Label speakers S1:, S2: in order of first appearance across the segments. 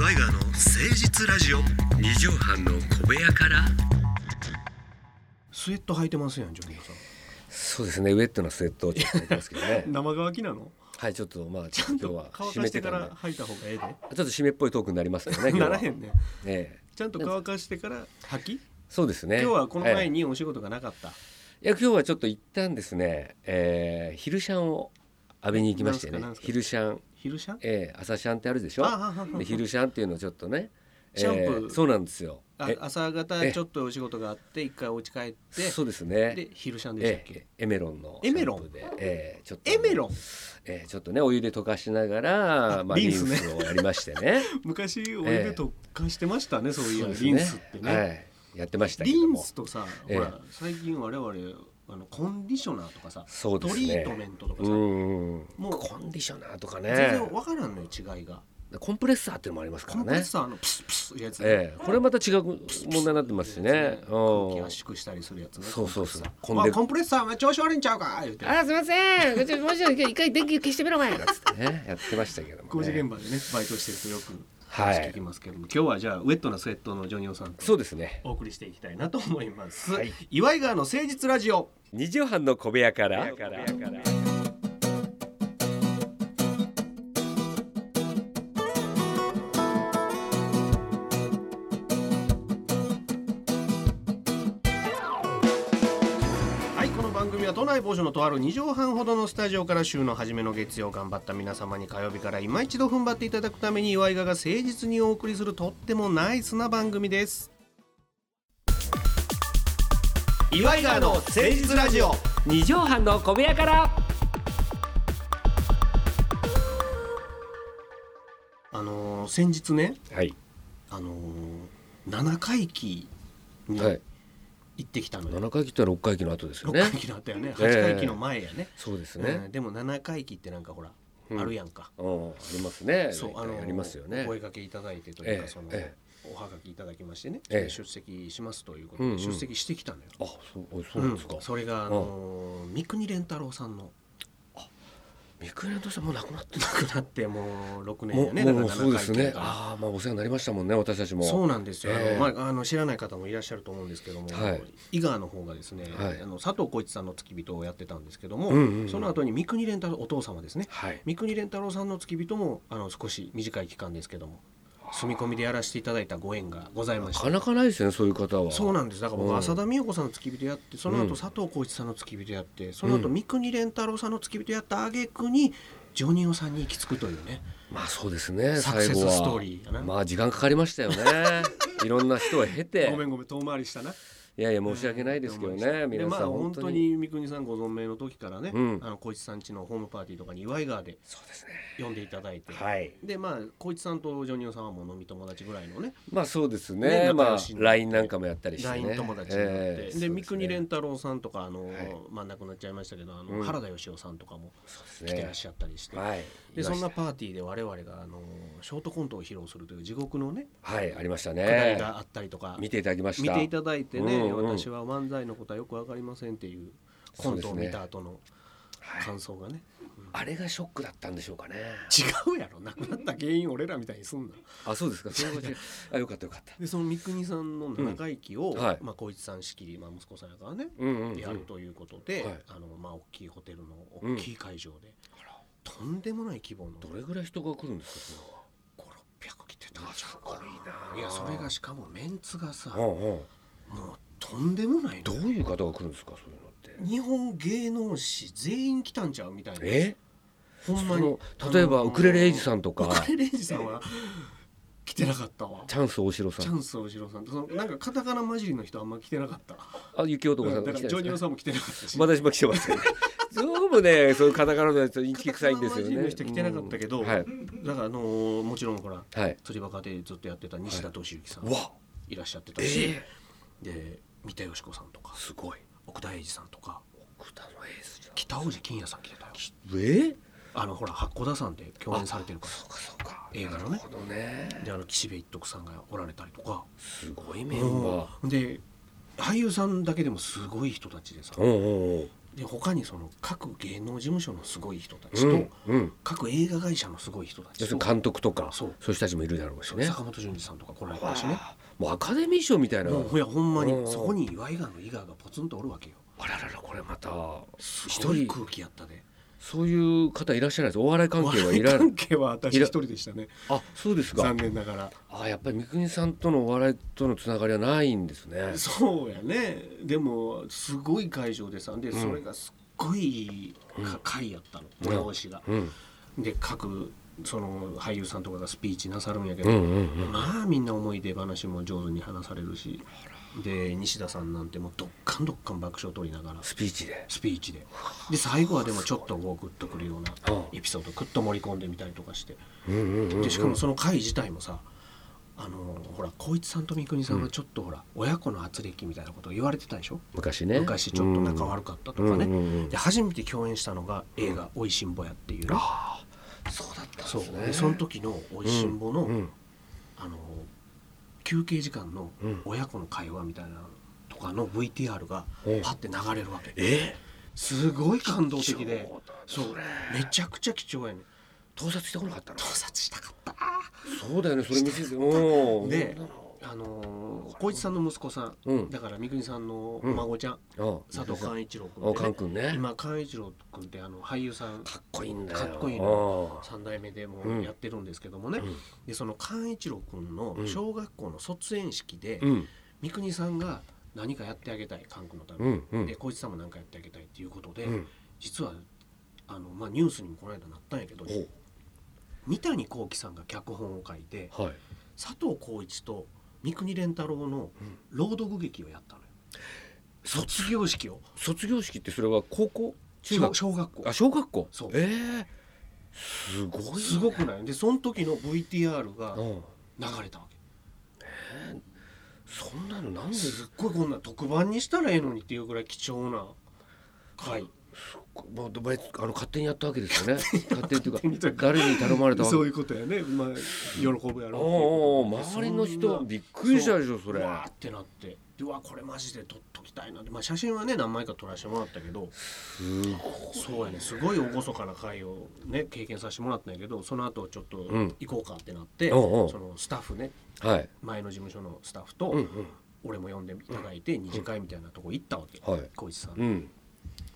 S1: ワイガーの誠実ラジオ
S2: 二畳半の小部屋から
S1: スウェット履いてますやんジョニーさ
S2: そうですねウェットなスウェットをちょっと履いてますけどね
S1: ん生乾きなの
S2: はいちょっとまあ
S1: ちゃん
S2: 今日
S1: と
S2: は
S1: 乾
S2: 湿
S1: か
S2: め
S1: して
S2: て
S1: か
S2: からら
S1: 履いた方がえ
S2: ちょっと湿っぽいトークになりますよ
S1: え
S2: ね
S1: で
S2: 今
S1: な
S2: 日
S1: ら
S2: は
S1: へんね
S2: ええ
S1: ちゃんと乾かしてから履き
S2: そうですね
S1: 今日はこの
S2: え
S1: 前
S2: え
S1: にお仕事がなかった
S2: いや今日はちょっと一旦ですね、えー、昼シャンを浴びに行きましてね
S1: なんすかなんすか
S2: 昼シャン、
S1: 昼シャン
S2: えー、朝シャンってあるでしょ
S1: あああ
S2: で昼シャンっていうのをちょっとね、え
S1: シャンプー
S2: そうなんですよ
S1: あ
S2: え
S1: 朝方ちょっとお仕事があって一回お家帰って
S2: そうですね
S1: で昼シャンでしたっ
S2: え
S1: け
S2: えエメロンの
S1: エメロ
S2: シ
S1: ン
S2: ャンプーで、えー、ちょっと
S1: エメロン
S2: えー、ちょっとねお湯で溶かしながら
S1: あ
S2: まあ、
S1: リ
S2: リ
S1: ン
S2: ン
S1: スね
S2: スをやりましてね
S1: 昔お湯でとかしてましたね そういうリンスってね
S2: はい、やってましたけ
S1: リ
S2: ど
S1: ン
S2: も
S1: スとさ、
S2: ええ
S1: ほら最近我々あのコンディショナーとかさ、
S2: そうですね
S1: トリートメントとか
S2: う
S1: さ、
S2: んうん
S1: もう
S2: コンディショナーとか
S1: 全
S2: ね
S1: 然分からんのよ違いが
S2: コンプレッサーっていうのもありますか
S1: コンプ
S2: ら
S1: レ
S2: ね
S1: ッサーのプスプスやつ、
S2: ええ、これまた違う問題になってますしね。う
S1: 空気
S2: ん
S1: 圧縮したりするやつね
S2: そうそうそう
S1: コンプレッサーまあコンプレッサーは調子悪いんちゃうか言うて
S2: あ、すみません。こっちもうちょっと一回電気消してみ ろお前。つってね、やってましたけども、ね。
S1: 工事現場でねバイトしてるとよく
S2: はい
S1: 話聞きますけども、今日はじゃあウェットなスウェットのジョニオさんと
S2: そうですね。
S1: お送りしていきたいなと思います、
S2: はい
S1: 岩井川の誠実ラジオ
S2: 二畳半の小部屋から。
S1: はいこの番組は都内某所のとある2畳半ほどのスタジオから週の初めの月曜頑張った皆様に火曜日から今一度踏ん張っていただくために岩井川が誠実にお送りするとってもナイスな番組です岩井川の誠実ラジオ
S2: 二畳半の小部屋から。
S1: あのー先日ね
S2: はい。
S1: あのー、7回忌に
S2: は
S1: 行
S2: い。
S1: ってきたのよ、
S2: 七回忌と六回忌の後ですよ
S1: 六
S2: ね。
S1: 6回忌だったよね8回忌の前やね、
S2: そうです
S1: うん
S2: ね。
S1: でも7回忌ってなんかほら、
S2: うん
S1: あるやんか
S2: うん、ありますね。
S1: そうあの
S2: ありますよね
S1: お。声掛けいただいてというか、
S2: ええ
S1: その、
S2: え
S1: おはがきいただきましてね、
S2: ええ
S1: 出席しますということで、
S2: うんうん
S1: 出席してきたのよ。
S2: あ、そう、そうなんですか
S1: うん。それがあのー三国連太郎さん の
S2: ミクレンとしてもう亡くなって。
S1: 亡くなってもう6年
S2: も
S1: や
S2: う、
S1: ね。
S2: もう、そうですね
S1: だ。から
S2: ああ、まあ、お世話になりましたもんね、私たちも。
S1: そうなんですよ。あの
S2: ええ
S1: まああの知らない方もいらっしゃると思うんですけども、
S2: はい
S1: 伊賀の方がですね、
S2: はい
S1: あの佐藤浩市さんの付き人をやってたんですけども、
S2: うんうんうん
S1: その後に三国連太郎お父様ですね。
S2: はい。
S1: 三国連太郎さんの付き人もあの少し短い期間ですけども、住み込みでやらせていただいたご縁がございま
S2: な
S1: した
S2: か。なかないですよね、そういう方は。
S1: そうなんですだから僕
S2: うん
S1: 浅田美代子さんの付き人やってその
S2: うん
S1: 後佐藤浩市さんの付き人やってその後
S2: うん
S1: 三國連太郎さんの付き人やった挙句にジョニオさんに行き着くというね
S2: まあそうですね。
S1: サクセ
S2: 最
S1: ス
S2: 後は
S1: ストーリーやな
S2: まあ時間かかりました よね。いろんな人を経て。
S1: ごめんごめん遠回りしたない
S2: やいや申し訳ないですけど
S1: 遠回り
S2: ね。
S1: したで
S2: 皆
S1: ま
S2: さ
S1: あ
S2: ん
S1: 本
S2: 本
S1: 当
S2: 当に。
S1: に三國さんご存命の時からね
S2: うん
S1: あの浩市さん家のホームパーティーとかに岩井川で
S2: そうですね。
S1: 呼んでいただいて
S2: はい。
S1: でまあ浩市さんとジョニオさんはもう飲み友達ぐらいのね
S2: まあそうです
S1: ね
S2: ね。
S1: 仲
S2: ま
S1: 良
S2: あ
S1: しになって
S2: LINE なんかもやったりしてね。
S1: LINE 友達になって、
S2: ええ
S1: で三
S2: そう
S1: 國
S2: すね
S1: 連太郎さんとかあの、
S2: はい
S1: まあ亡くなっちゃいましたけどあの、
S2: うん
S1: 原田芳雄さんとかも
S2: そうです
S1: 来てらっ
S2: ね。
S1: しゃったりして、
S2: はい。
S1: で
S2: い
S1: そ
S2: ま
S1: ん
S2: し
S1: な
S2: た
S1: パーティーで我々があのショートコントを披露するという地獄のね
S2: はいありました
S1: くだり
S2: ね。
S1: があったりとか
S2: 見ていただきまし
S1: 見
S2: た。
S1: ていただいてね、
S2: うんうん
S1: 私は漫才のことはよくわかりませんっていうコントを見た後の
S2: はい
S1: 感想がね
S2: あれがショックだったんでしょうかね。
S1: 違うやろなくなった原因俺らみたいにすんな
S2: あそうです か。それは違うあよかったよかった。
S1: でその三國さんの七回忌を、
S2: うんはい
S1: まあ、光一さん仕切り、まあ、息子さんやからね、
S2: うんうんうん。
S1: やるということで、
S2: はい
S1: あのまあ、大きいホテルの大きい会場で、
S2: あら
S1: とんでもない規模の
S2: どれぐらい人が来るんですか。
S1: 5600来てた
S2: それはすごい
S1: いやそれがしかもメンツがさ、
S2: うんうん。
S1: もうとんでもない
S2: ど
S1: の
S2: ういう方が来るんですかそういうのって。
S1: 日本芸能史全員来たんちゃうみたいな
S2: え
S1: ほんまに
S2: その例えばウクレレエイジさ
S1: ん
S2: んと
S1: ウ
S2: か
S1: クレレエイジさんは来てなかったわ
S2: チャンス大城
S1: チ
S2: さ
S1: ャ
S2: ん
S1: ンス大城さんとそのなんかカタカナ混じりの人あんま来てなかった
S2: あ雪男さ
S1: だ
S2: ん
S1: か
S2: 来
S1: ら
S2: て
S1: ジ
S2: な
S1: ョ
S2: い
S1: ニオ
S2: ですか
S1: さんも来てなかったし
S2: 私も来てます よねどうもねそういうカタカナの人インチキ臭いんですよ
S1: カタカナ混じり
S2: ね
S1: の人来てなかったけど
S2: うんはい
S1: だからあのーもちろんほら
S2: はい
S1: 釣りバカでずっとやってた西田敏行さん
S2: わ
S1: いらっしゃってたし、
S2: え
S1: で三田佳子さんとか
S2: ー、すごい
S1: 奥田瑛二さんとか
S2: 奥田のエースじゃん
S1: 北大路欣也さん来てたよ
S2: え
S1: あのほら八甲田山で共演されてるから
S2: そうかそうか
S1: 映画のね
S2: なるほどね
S1: であの岸辺一徳さんがおられたりとか、
S2: すごいメンバー
S1: で俳優さんだけでもすごい人たちでさ、
S2: うんうんうん
S1: で他にその各芸能事務所のすごい人たち
S2: う
S1: と、
S2: ん、うん、
S1: 各映画会社のすごい人た
S2: 要
S1: ち
S2: する
S1: と
S2: に監督とかそ
S1: そうう
S2: いう人たちもいるだろうしね
S1: 坂本淳二さんとか来られたしね
S2: あーもうアカデミー賞みたいな
S1: もういやほんま
S2: うん
S1: にそこに岩井川の井川がポツンとおるわけよ
S2: あらららこれまた
S1: す
S2: 一
S1: ごい
S2: 人
S1: 空気やったで
S2: そういう方いらっしゃらないですお笑い関係はいら
S1: お笑い
S2: ない
S1: 関係は私
S2: いら
S1: 一人でしたね
S2: あそうですか
S1: 残念ながら
S2: あやっぱり三國さんとのお笑いとのつながりはないんですね
S1: そうやねでもすごい会場でさで
S2: ん
S1: それがすっごいか会やったの
S2: うん
S1: 催しが
S2: うん
S1: で各その俳優さんとかがスピーチなさるんやけ
S2: うんう
S1: ど
S2: んうん
S1: まあみんな思い出話も上手に話されるしで西田さんなんてもうどっかんどっかん爆笑取りながら
S2: スピーチで
S1: スピーチでで最後はでもちょっとこうグッとくるような
S2: うん
S1: エピソードグッと盛り込んでみたりとかして
S2: うんうんうんうん
S1: でしかもその回自体もさあのほら光一さんと三國さんはちょっとほら親子の圧力みたいなことを言われてたでしょ
S2: 昔ね
S1: 昔ちょっと仲悪かったとか
S2: うんうんうんう
S1: ね
S2: ん
S1: で初めて共演したのが映画「おいしんぼや」っていうね
S2: ああそうだったんです
S1: そう
S2: ね
S1: でその時の「おいしんぼの
S2: う」ん
S1: あの休憩時間の
S2: うん
S1: 親子の会話みたいなのとかの VTR が
S2: うん
S1: パッて流れるわけ
S2: え
S1: すごい感動的で
S2: 貴重
S1: そ
S2: だ
S1: う
S2: ね
S1: めちゃくちゃ貴重やねん
S2: 盗撮してこなかったの
S1: 盗撮したかった
S2: そうだよねそれ見せてうん
S1: であのー、光一さんの息子さん、
S2: うん
S1: だから三國さんのお孫ちゃん、
S2: あ
S1: 佐藤
S2: ん
S1: 寛一郎君
S2: あ
S1: でね、
S2: 寛君ね
S1: 今寛一郎君ってあの俳優さん
S2: かっこいいんだよ
S1: かっこいい
S2: の
S1: 三代目でも
S2: うん
S1: うやってるんですけどもね、
S2: うん
S1: でその寛一郎君の
S2: うん
S1: 小学校の卒園式で、
S2: うん
S1: 三國さんが何かやってあげたい寛君のため
S2: う
S1: に、
S2: んうん
S1: で光一さんも何かやってあげたいっていうことで、
S2: うん
S1: 実はあの、まあ、ニュースにもこの間なったんやけど
S2: お
S1: 三谷幸喜さんが脚本を書いて
S2: はい
S1: 佐藤浩市と三國連太郎の朗読劇をやったのよ、卒業式を
S2: 卒業式ってそれは高校中
S1: 小
S2: 学
S1: 小学校
S2: あ小学校
S1: そう
S2: ええすごいね
S1: すごくないでその時の VTR が
S2: うん
S1: 流れたわけ
S2: そんなのなんです
S1: すっごいこんな特番にしたらええのにっていうぐらい貴重な回
S2: もうでもあの勝手にやったわけですよね勝手って
S1: 勝手
S2: い
S1: に
S2: う
S1: と
S2: か
S1: いうか
S2: 誰に頼まれたわけ
S1: そういうことやねまあ喜ぶやろ
S2: おうおう
S1: うって
S2: 周
S1: い
S2: り
S1: う
S2: の
S1: ことでそんな
S2: 人びっくりしたでしょそうれ
S1: わーってなってでうわこれマジで撮っときたいなって、まあ、写真はね何枚か撮らせてもらったけど
S2: すごい
S1: そうやねすごい厳かな会をね経験させてもらったんやけどその後ちょっと
S2: ん
S1: 行こうかってなって、
S2: おうおう
S1: そのスタッフね
S2: はい
S1: 前の事務所のスタッフと、
S2: うんうん
S1: 俺も呼んでいただいて二次会みたいなとこ行ったわけ、
S2: はい
S1: 小石さん、
S2: うん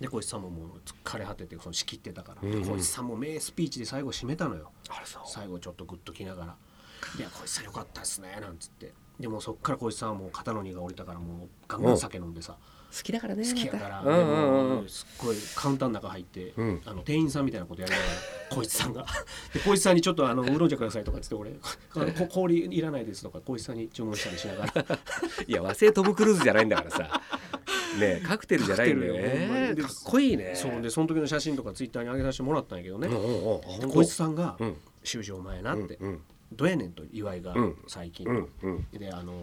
S1: で小石さんももう疲れ果ててその仕切ってたから、
S2: うんうん
S1: 小石さんも名スピーチで最後締めたのよ
S2: あらそう
S1: 最後ちょっとグッときながら「いや小石さんよかったですね」なんつってでもうそっから小石さんはもう肩の荷が下りたからもうガンガン酒飲んでさ、
S2: 好きだからね
S1: 好きやから、
S2: うんうん
S1: で
S2: う
S1: も
S2: ん
S1: すっごいカウンターの中入って、
S2: うん
S1: あの店員さんみたいなことやりながらこいつさんが でこいつさんにちょっとあのウーロン茶くださいとかっつって俺こ氷いらないですとかこいつさんに注文したりしながら
S2: いや和製トム・クルーズじゃないんだからさねえカクテルじゃないんだよ
S1: カクテルよほんま
S2: ね
S1: にで
S2: かっこいいね
S1: そうでその時の写真とかツイッターに上げさせてもらったんやけどね、
S2: うんうんうんあ
S1: で
S2: 本当
S1: こいつさんが
S2: うん
S1: 「終了前やな」って
S2: うん
S1: 「どうやねん」と岩井が
S2: うん
S1: 最近、
S2: うんうん
S1: であのー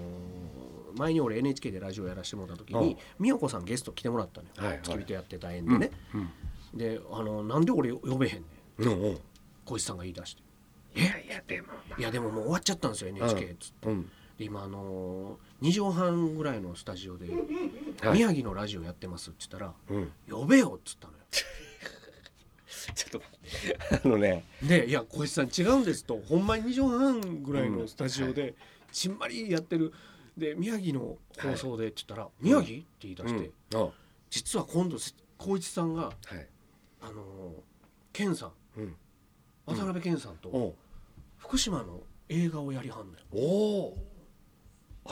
S1: 前に俺 NHK でラジオやらせてもらった時
S2: うん
S1: に美代子さんゲスト来てもらったのよ、
S2: はいはい
S1: 付き人やってた縁
S2: う
S1: で
S2: ん
S1: ね、であのーなんで俺呼べへん
S2: う
S1: ねん
S2: んうんうん
S1: こいつさんが言い出して
S2: いやいやでも
S1: いやでももう終わっちゃったんですよ NHK っつって、
S2: うん
S1: で今あのー、2畳半ぐらいのスタジオで「
S2: はい
S1: 宮城のラジオやってます」っつったら
S2: うん
S1: 「呼べよ」っつったのよ。
S2: ちょっと待ってあのね
S1: で「いや小石さん違うんです」とほんまに2畳半ぐらいのスタジオでちんまりやってるで宮城の放送でって言ったら「宮城?」って言い出
S2: う
S1: して、
S2: んあは
S1: 実は今度せ光一さんが
S2: い
S1: あのー、健さん
S2: うん
S1: 渡辺健さんと
S2: おう
S1: 福島の映画をやりはんのよ。
S2: おお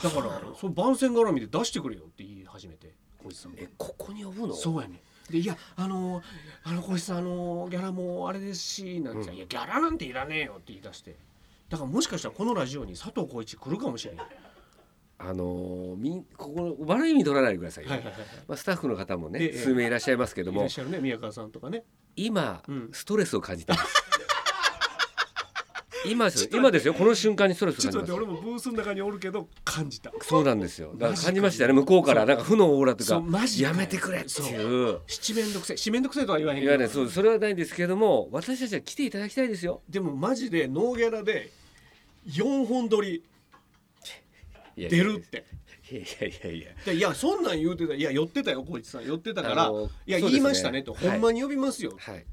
S1: だからその番宣絡みで出してくれよって言い始めて小石さんが
S2: えここに呼ぶの
S1: そうやねでいやあのーあの小石さんあのーギャラもあれですしなんて、
S2: うん
S1: いやギャラなんていらねえよって言い出してだからもしかしたらこのラジオに佐藤浩一来るかもしれない
S2: あのーみんここ悪い意味取らないでくださいよ
S1: はいはいはいはい
S2: まあスタッフの方も
S1: え
S2: ね
S1: え
S2: 数名いらっしゃいますけど
S1: いら
S2: も
S1: っしゃるね宮川さんとかね
S2: 今
S1: うん
S2: ストレスを感じてます 今ですよ今ですよこの瞬間にストレスを
S1: ちょ
S2: 感
S1: っ
S2: じ
S1: と
S2: ま
S1: 待
S2: す
S1: って俺もブースの中におるけど感じた
S2: そうなんですよ。だから
S1: マジか
S2: 感じましたよね。向こうからなんか負のオーラと
S1: そ
S2: か
S1: うマジか
S2: や
S1: よ
S2: めてくれっていう。
S1: 七面倒くせえ七面倒くせえとは言わへん
S2: い
S1: け
S2: や
S1: ど
S2: ね、そうそれはないんですけども、私たちは来ていただきたいですよ。
S1: でもマジでノーギャラで4本撮り
S2: いや
S1: 出るって
S2: いやいやいやいや
S1: でいやそんなん言うてたいや寄ってたよ浩一さん寄ってたから
S2: あの
S1: いや、
S2: そうです
S1: 言いましたねとほんま
S2: はい
S1: に呼びますよ
S2: はい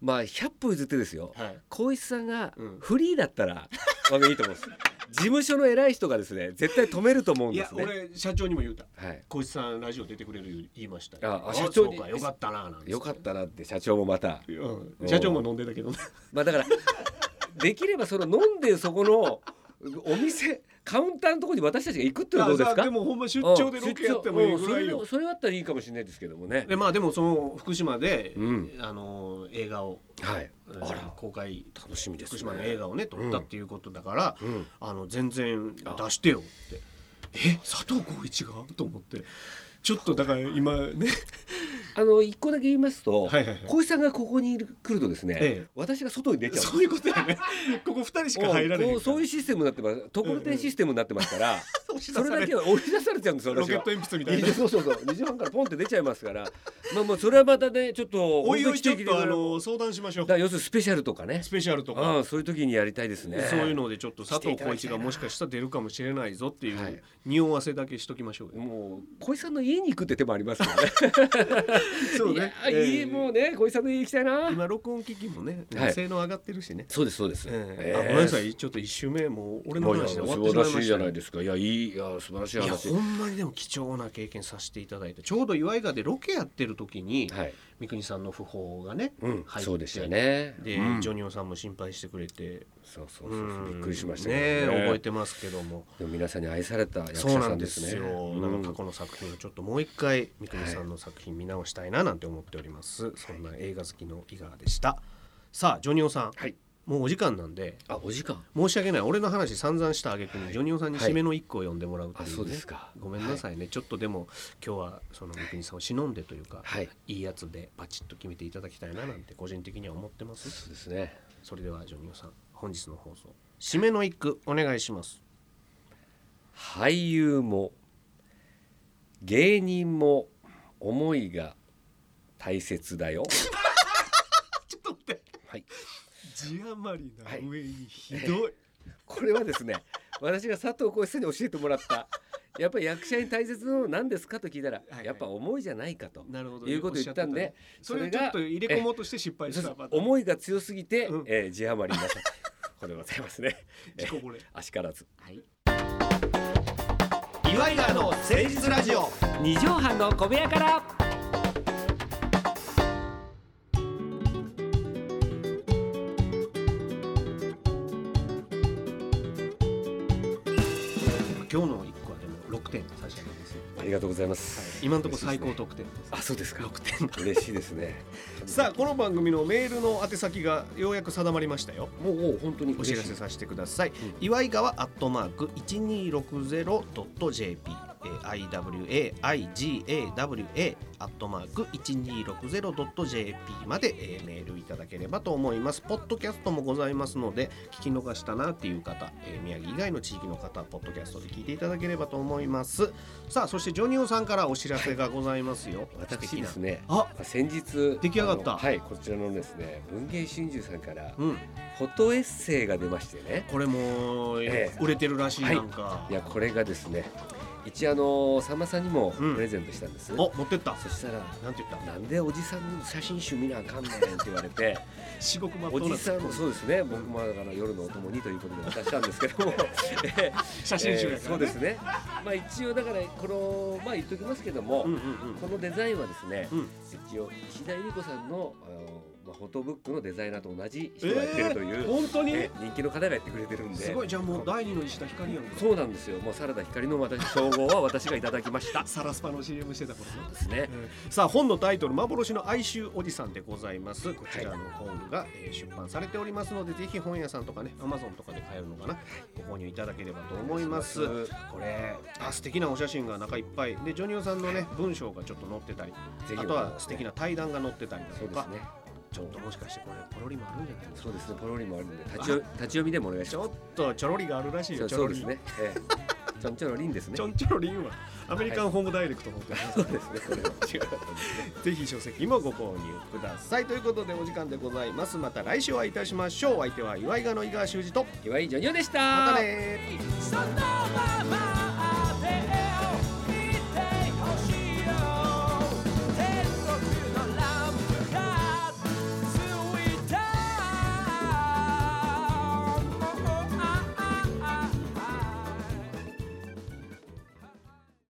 S2: まあ100歩譲ってですよ
S1: はい、
S2: 光一さんが
S1: うん
S2: フリーだったら、まあいいと思うんです事務所の偉い人がですね絶対止めると思うん
S1: い
S2: で
S1: や
S2: すね
S1: 俺社長にも言うた
S2: はい
S1: 浩一さんラジオ出てくれる言いました
S2: ああ社長に
S1: そうかよかったななんつて
S2: よかったなって社長もまた
S1: うん
S2: うん
S1: 社長も飲んでたけどね
S2: まあだからできればその飲んでるそこのお店カウンターのところに私たちが行くっていうのはどうです
S1: あ
S2: か
S1: でもほんま出張でロケやってもいいぐらい
S2: うん出張うんそれ
S1: よ
S2: もそれだったらいいかもしれないですけどもね
S1: でまあでもその福島で、
S2: うん
S1: あの映画を、
S2: はい
S1: うん
S2: あら
S1: 公開
S2: 楽しみです
S1: 福
S2: ね
S1: 島の映画をね撮ったっていうことだから、
S2: うん
S1: あの全然出してよってえ佐藤浩市がと思ってちょっとだから今ね
S2: あの一個だけ言いますと、
S1: はいはいはい
S2: 小石さんがここにいる来るとですね、
S1: ええ
S2: 私が外に出ちゃう。
S1: そういうことや ねここ二人しか入られへん
S2: も
S1: か
S2: うそういう
S1: ら
S2: システムになってます。ところてんシステムになってますから、
S1: 押し出
S2: そ
S1: さ
S2: れ
S1: れ
S2: だ
S1: る
S2: けは追い出されちゃうんですよ。
S1: ロ
S2: 私
S1: ケッ
S2: は
S1: ト。鉛筆みたいな
S2: そうそうそう。二時半からポンって出ちゃいますから、まあもうそれはまたねちょっと
S1: おいおいちょっと
S2: だ
S1: あ
S2: か
S1: の相談しましょう
S2: ら要するにスペシャルとかね
S1: ス、ペシャルとか
S2: うんそういう時にやりたいですね。
S1: そういうのでちょっと佐藤浩市
S2: していただきた
S1: が
S2: いな
S1: もしかしたら出るかもしれないぞってい
S2: は
S1: う
S2: い
S1: 匂わせだけしときましょうよ
S2: もう小石さんの家に行くって手もありますよね。
S1: そう
S2: いや
S1: ねえ
S2: ー、
S1: ー
S2: 家もうね小石さんの家行きたいな。
S1: 今録音機器もね
S2: はい
S1: 性能上がってるしね
S2: そうですそうです。
S1: えーあごめんなさいちょっと一周目もう俺の
S2: いや
S1: 話
S2: 素
S1: で終わ
S2: 晴
S1: ってしまいま
S2: ら
S1: した
S2: し
S1: ね
S2: いじゃないですか。いやいいいや素晴らしい
S1: いや
S2: 話。
S1: ほんまにでも貴重な経験させていただいてちょうど岩井川でロケやってる時に
S2: はい。
S1: 三国さんの訃報がね、
S2: うん
S1: 入って
S2: そうでしたね。
S1: で、
S2: うん
S1: ジョニオさんも心配してくれて
S2: そうそうそうそう
S1: うん
S2: びっくりしましたけ
S1: ね
S2: ど
S1: え覚えてますけども
S2: でも皆さんに愛された役
S1: そう
S2: 者
S1: な
S2: さ
S1: ん
S2: ん
S1: で
S2: ですね。
S1: すよ
S2: う
S1: なん
S2: ん
S1: か過去の作品をちょっともう一回三國さんの作品見直したいななんて思っております、そんな映画好きの井川でしたさあジョニオさん、
S2: はい
S1: もうお時間なんで
S2: あお時間。
S1: 申し訳ない俺の話散々した挙句にジョニオさんに締めの一個を読んでもらうってい
S2: あ
S1: うね、
S2: そうですか。
S1: ごめんなさいね、ちょっとでも今日はその三國さんを忍んでというか、
S2: はい。はい。
S1: い、いやつでパチッと決めていただきたいななんて個人的には思ってます
S2: そうですね。
S1: それではジョニオさん本日の放送締めの一句お願いします
S2: 俳優も芸人も思いが大切だよ。
S1: ちょっと待って
S2: はい。
S1: 字余り
S2: はい
S1: 上にひどい、
S2: これはですね私が佐藤浩市さんに教えてもらったやっぱり役者に大切なのは何ですかと聞いたら
S1: いはい
S2: やっぱ思いじゃないかと
S1: なるほど
S2: いうことを言ったんで
S1: それをちょっと入れ込もうとして失敗し
S2: そうそ
S1: た
S2: う
S1: パターン
S2: 思いが強すぎて
S1: うん
S2: えー字余りになったということでございますね
S1: 自己これ
S2: 足からず
S1: 岩井川の誠実ラジオ
S2: 二畳半の小部屋から
S1: 今日の一個はでも六点差し上げですよ、
S2: ありがとうございます
S1: 今のところ最高得点です
S2: あそうですか
S1: 六点
S2: 嬉しいですね
S1: さあこの番組のメールの宛先がようやく定まりましたよ
S2: もうもう本当に
S1: お知ら
S2: 嬉し
S1: せ
S2: い
S1: させてください、岩井川アットマーク 1260.jp iwaigawa アットマーク 1260.jp まで、えーメールいただければと思いますポッドキャストもございますので聞き逃したなっていう方、えー宮城以外の地域の方ポッドキャストで聞いていただければと思いますさあそしてジョニオさんからお知らせがございますよ、素
S2: 私
S1: 敵
S2: で
S1: な
S2: すね
S1: あ
S2: 先日
S1: 出来上がった
S2: あのはいこちらのですね文芸春秋さんから
S1: うん
S2: フォトエッセイが出ましてね
S1: これも、
S2: ええ
S1: 売れてるらしい
S2: はい
S1: なんか、
S2: いやこれがですね一応あのさんまさんにも
S1: うん
S2: プレゼントしたんです、
S1: お持ってった
S2: そしたら
S1: なんて言った
S2: なんでおじさんの写真集見なあかんねんって言われて
S1: 至極 まっと
S2: お
S1: うな
S2: じさんもそうですね僕もだから夜のお供にということで渡したんですけどもえ
S1: 写真集や
S2: ー
S1: か
S2: そ
S1: ら
S2: うで
S1: ね
S2: すねまあ一応だからこのまあ言っときますけども、
S1: うんうん
S2: このデザインはですね、
S1: うん
S2: 一応石田ゆり子さんのあの、まあ、フォトブックのデザイナーと同じ
S1: うん
S2: 人がやってるという、
S1: 本当に
S2: えー人気の方がやってくれてるんです
S1: ごいじゃあもう第二の石田ひかりやんか
S2: そうなんですよ。もうサラダ光の私称号は私がいただきました。そ
S1: サラスパの CM してた頃
S2: うで
S1: ね
S2: すね。
S1: さあ本のタイトル「幻の哀愁おじさん」でございますこちらの本が、えー出版されておりますのでぜひ本屋さんとかねアマゾンとかで買えるのかなご購入いただければと思いますこれあ素敵なお写真が中いっぱいでジョニオさんのね文章がちょっと載ってたり
S2: ぜひ
S1: あとは素敵な対談が載ってたりだ
S2: そ
S1: と
S2: うです
S1: か、
S2: ね。
S1: ちょっともしかしてこれポロリもあるんじゃないですか
S2: そうですね。ポロリもあるんで立ち読立ち読みでもお願いし
S1: ち
S2: ま
S1: ょっとちょろりがあるらしい
S2: す。そう
S1: よちょ
S2: そ
S1: ろ
S2: うで
S1: り
S2: すね。ええちょんちょろりんですね
S1: ち。ょんちょろりんはアメリカンホームダイレクト持ってます
S2: そうですね。これは 違う。
S1: ぜひ書籍もご購入くださいということでお時間でございますまた来週お会いいたしましょうお相手は岩井川の井川修司と
S2: 岩井ジョニオでした。
S1: またね
S3: そのまま